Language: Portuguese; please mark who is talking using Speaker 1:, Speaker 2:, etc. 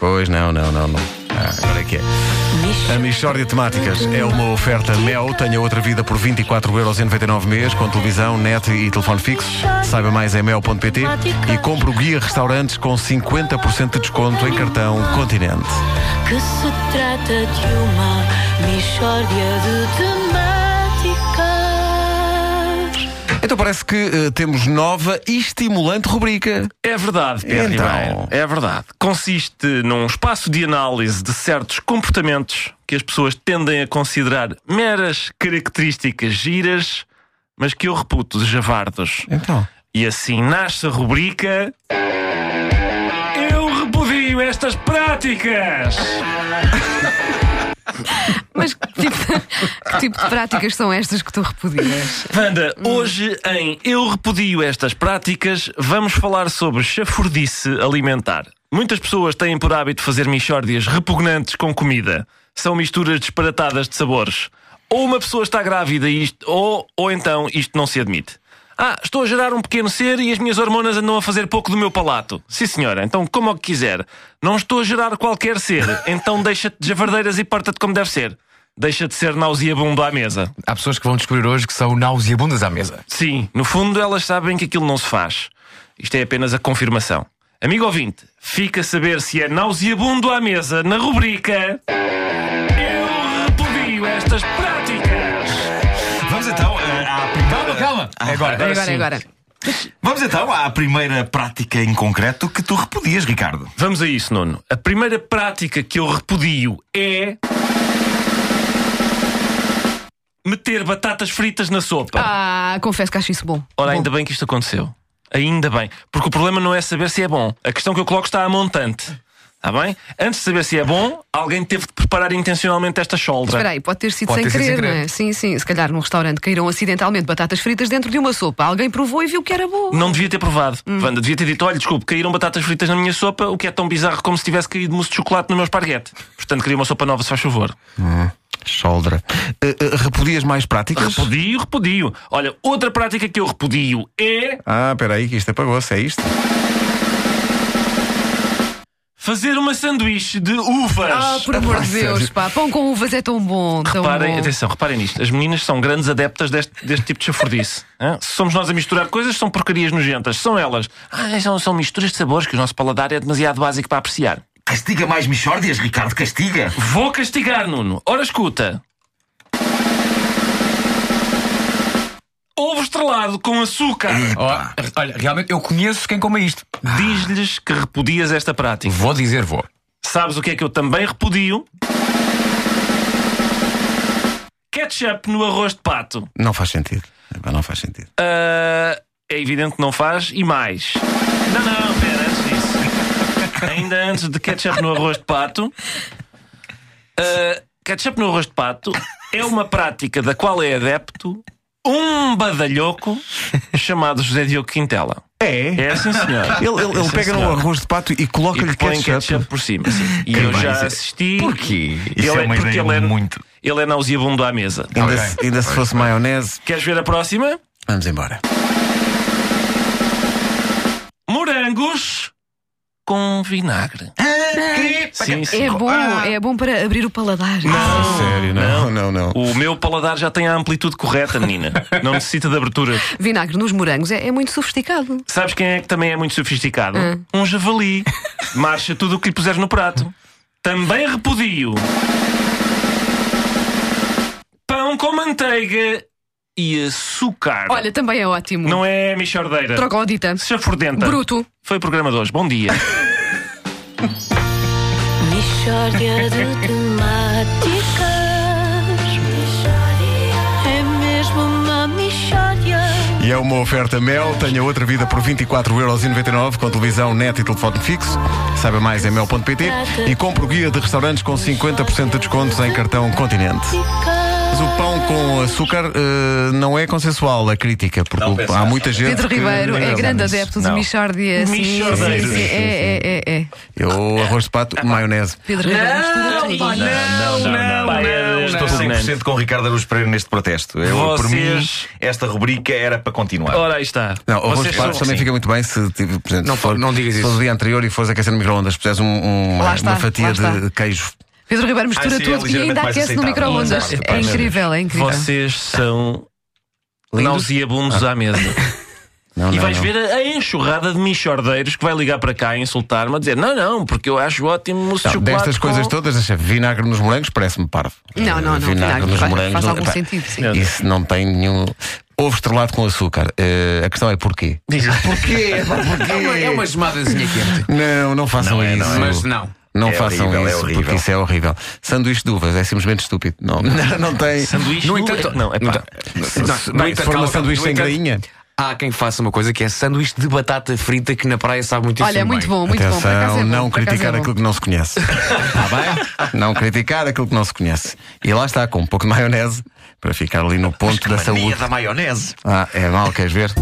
Speaker 1: Pois não, não, não, não. Ah, agora é que é. A Michórdia de Temáticas é uma oferta Mel. Tenha outra vida por 24,99€ mês, com televisão, net e telefone fixo. Saiba mais em mel.pt e compre o guia restaurantes com 50% de desconto em cartão Continente.
Speaker 2: Que se trata de uma mistória de temáticas.
Speaker 1: Então parece que eh, temos nova e estimulante rubrica.
Speaker 3: É verdade, Pedro
Speaker 1: Então.
Speaker 3: Ribeiro. É verdade. Consiste num espaço de análise de certos comportamentos que as pessoas tendem a considerar meras características giras, mas que eu reputo de javardos.
Speaker 1: Então.
Speaker 3: E assim nasce a rubrica. Eu repudio estas práticas!
Speaker 4: Mas que tipo, que tipo de práticas são estas que tu repudias?
Speaker 3: Wanda, hoje em Eu Repudio Estas Práticas, vamos falar sobre chafurdice alimentar. Muitas pessoas têm por hábito fazer mixórdias repugnantes com comida. São misturas disparatadas de sabores. Ou uma pessoa está grávida e isto, ou, ou então isto não se admite. Ah, estou a gerar um pequeno ser e as minhas hormonas andam a fazer pouco do meu palato. Sim, senhora, então como o que quiser. Não estou a gerar qualquer ser, então deixa-te de javardeiras e porta-te como deve ser. Deixa de ser nauseabundo à mesa.
Speaker 5: Há pessoas que vão descobrir hoje que são nauseabundas à mesa.
Speaker 3: Sim, no fundo elas sabem que aquilo não se faz. Isto é apenas a confirmação. Amigo ouvinte, fica a saber se é nauseabundo à mesa na rubrica Eu repudio estas práticas.
Speaker 6: Vamos então eh, à primeira.
Speaker 5: Calma! É
Speaker 6: Ah,
Speaker 5: agora,
Speaker 1: É,
Speaker 4: Agora, agora, agora.
Speaker 6: Vamos então à primeira prática em concreto que tu repudias, Ricardo.
Speaker 3: Vamos a isso, Nuno. A primeira prática que eu repudio é. meter batatas fritas na sopa.
Speaker 4: Ah, confesso que acho isso bom.
Speaker 3: Ora,
Speaker 4: Bom.
Speaker 3: ainda bem que isto aconteceu. Ainda bem. Porque o problema não é saber se é bom. A questão que eu coloco está a montante. Está bem? Antes de saber se é bom, alguém teve de preparar intencionalmente esta
Speaker 4: Espera
Speaker 3: choldra.
Speaker 4: aí, pode ter sido
Speaker 5: Pode
Speaker 4: sem
Speaker 5: ter sido
Speaker 4: querer,
Speaker 5: sem querer.
Speaker 4: não é? Sim, sim. Se calhar num restaurante caíram acidentalmente batatas fritas dentro de uma sopa. Alguém provou e viu que era boa.
Speaker 3: Não devia ter provado.
Speaker 4: Hum.
Speaker 3: Wanda, devia ter dito: olha, desculpe, caíram batatas fritas na minha sopa, o que é tão bizarro como se tivesse caído mousse de chocolate no meu esparguete. Portanto, queria uma sopa nova, se faz favor.
Speaker 1: Choldra. Eh, eh, repudias mais práticas?
Speaker 3: Repudio, repudio. Olha, outra prática que eu repudio é
Speaker 1: Ah, espera aí, que isto apagou-se, é isto?
Speaker 3: fazer uma sanduíche de uvas.
Speaker 4: Ah, por amor de Deus, pá. Pão com uvas é tão bom, tão
Speaker 3: Reparem,
Speaker 4: bom.
Speaker 3: atenção, reparem nisto. As meninas são grandes adeptas deste, deste tipo de chafurdice. hã? Se somos nós a misturar coisas, são porcarias nojentas. São elas. Ah, são, são misturas de sabores que o nosso paladar é demasiado básico para apreciar.
Speaker 6: Castiga mais Michórdias, Ricardo, castiga.
Speaker 3: Vou castigar, Nuno. Ora, escuta. Ovo estrelado com açúcar.
Speaker 5: Ó, olha, realmente eu conheço quem come isto.
Speaker 3: Diz-lhes que repudias esta prática.
Speaker 5: Vou dizer, vou.
Speaker 3: Sabes o que é que eu também repudio? Ketchup no arroz de pato.
Speaker 1: Não faz sentido. Epá, Não faz sentido.
Speaker 5: Tá.
Speaker 3: Ah, é evidente que não faz e mais. Não, não, pera, antes disso. Ainda antes de ketchup no arroz de pato. ah, ketchup no arroz de pato é uma prática da qual é adepto um badalhoco chamado José Diogo Quintela.
Speaker 1: É?
Speaker 3: É assim, senhor.
Speaker 1: Ele, ele- ele
Speaker 3: Sim,
Speaker 1: pega num
Speaker 3: senhora.
Speaker 1: arroz de pato e
Speaker 3: E
Speaker 1: coloca-lhe
Speaker 3: põe
Speaker 1: ketchup.
Speaker 3: ketchup. por cima. sim. E eu já assisti.
Speaker 5: Porquê?
Speaker 3: Ele
Speaker 6: Isso é uma
Speaker 3: porque
Speaker 6: ideia
Speaker 3: ele é-
Speaker 6: muito.
Speaker 3: Ele é nauseabundo à mesa.
Speaker 1: Ainda,
Speaker 5: Ok.
Speaker 1: se, ainda se fosse maionese,
Speaker 3: Queres ver a próxima?
Speaker 1: vamos embora.
Speaker 3: Morangos com vinagre.
Speaker 4: Ah,
Speaker 3: Sim, sim.
Speaker 4: É bom, é bom para abrir o paladar.
Speaker 1: A Sério, não, não, não.
Speaker 3: O meu paladar já tem a amplitude correta, menina. Não necessita de aberturas.
Speaker 4: Vinagre nos morangos é, é muito sofisticado.
Speaker 3: Sabes quem é que também é muito sofisticado?
Speaker 4: Hum.
Speaker 3: Um javali. Marcha tudo o que lhe puseres no prato. Também repudio. Pão com manteiga e açúcar.
Speaker 4: Olha, também é ótimo.
Speaker 3: Não é mixordeira.
Speaker 4: Troglodita.
Speaker 3: Chafurdenta.
Speaker 4: Bruto.
Speaker 3: Foi o programa de hoje. Bom dia.
Speaker 2: Mistória de temáticas. É mesmo uma mistória.
Speaker 1: E é uma oferta Mel. Tenha outra vida por 24,99€ com televisão, net e telefone fixo. Saiba mais em mel.pt e compre o guia de restaurantes com 50% de descontos em cartão Continente.
Speaker 2: Continente.
Speaker 1: Mas o pão com açúcar eh, não é consensual, a crítica, porque
Speaker 6: Não,
Speaker 1: o-
Speaker 6: pensa.
Speaker 1: há muita gente.
Speaker 4: Pedro
Speaker 1: que
Speaker 4: Ribeiro é
Speaker 1: nem
Speaker 4: grande
Speaker 1: goza nisso.
Speaker 4: adepto de
Speaker 6: Não.
Speaker 4: Michórdia. sim,
Speaker 3: Michordeiros.
Speaker 4: sim, sim,
Speaker 3: Sim,
Speaker 4: É, é, é, é.
Speaker 1: Eu, arroz de pato, maionese.
Speaker 4: Pedro Ribeiro mistura tudo.
Speaker 3: não, não,
Speaker 6: Pá, eu
Speaker 3: não,
Speaker 6: Estou 100% com o Ricardo Aruz Pereira neste protesto. Eu, Por mim,
Speaker 3: Vocês-
Speaker 6: esta rubrica era para continuar.
Speaker 3: Ora, aí está.
Speaker 1: Não, o arroz de
Speaker 3: Vocês são- assim.
Speaker 1: pato também
Speaker 6: sim.
Speaker 1: fica muito bem se, tipo, por exemplo,
Speaker 5: Não
Speaker 1: se for,
Speaker 5: fa- não digas
Speaker 1: se for
Speaker 5: isso.
Speaker 1: o dia anterior e fores aquecer no micro-ondas, puseres um- um- uma,
Speaker 4: Lá está,
Speaker 1: uma fatia
Speaker 4: lá está.
Speaker 1: de queijo.
Speaker 4: Pedro Ribeiro mistura
Speaker 6: Ah, sim, é
Speaker 4: tudo e
Speaker 6: ligeiramente
Speaker 4: ainda
Speaker 6: mais
Speaker 4: aquece no
Speaker 6: aceitável.
Speaker 4: micro-ondas.
Speaker 6: Exato.
Speaker 4: É incrível, é incrível.
Speaker 3: Vocês são nauseabundos à mesa.
Speaker 1: Ah. Não,
Speaker 3: E
Speaker 1: não,
Speaker 3: vais
Speaker 1: não.
Speaker 3: ver a a enxurrada de michordeiros que vai ligar para cá e insultar-me a dizer: Não, não, porque eu acho ótimo o
Speaker 1: Não,
Speaker 3: chocolate.
Speaker 1: destas
Speaker 3: com-"
Speaker 1: coisas todas, deixa vinagre nos morangos, parece-me parvo.
Speaker 4: Não, não, não.
Speaker 1: Eh, Vinagre nos
Speaker 4: faz-
Speaker 1: morangos.
Speaker 4: Faz
Speaker 1: não-
Speaker 4: algum
Speaker 1: epá,
Speaker 4: sentido, sim.
Speaker 1: Isso não tem nenhum. Ovo estrelado com açúcar. Eh, a questão é porquê?
Speaker 3: Diz,
Speaker 1: Porquê?
Speaker 5: É uma, é uma gemadazinha quente.
Speaker 1: Não, não façam
Speaker 6: Não é,
Speaker 1: isso.
Speaker 6: não é.
Speaker 5: Mas não.
Speaker 1: Não
Speaker 6: É
Speaker 1: façam
Speaker 6: horrível, é
Speaker 1: isso,
Speaker 6: horrível.
Speaker 1: porque isso é horrível. Sanduíche de uvas é simplesmente estúpido. Não, não, não tem.
Speaker 3: Sanduíche.
Speaker 5: No
Speaker 3: nu-
Speaker 5: entanto-
Speaker 3: não, é
Speaker 5: no
Speaker 3: pá.
Speaker 1: Se-
Speaker 5: Não,
Speaker 1: se-
Speaker 5: no
Speaker 1: bem,
Speaker 5: entanto,
Speaker 1: se for uma
Speaker 5: calma,
Speaker 1: sanduíche
Speaker 5: no
Speaker 1: sem
Speaker 5: entanto-
Speaker 1: grainha,
Speaker 5: Há quem faça uma coisa que é sanduíche de batata frita que na praia sabe muito
Speaker 4: Olha, é muito bom, muito bom. Por acaso
Speaker 1: atenção,
Speaker 4: é bom,
Speaker 1: não
Speaker 4: por acaso
Speaker 1: criticar
Speaker 4: é bom.
Speaker 1: aquilo que não se conhece. Está bem? Não criticar aquilo que não se conhece. E lá está, com um pouco de maionese, para ficar ali no ponto da
Speaker 6: Mania
Speaker 1: saúde.
Speaker 6: da maionese.
Speaker 1: Ah, é mal, queres ver?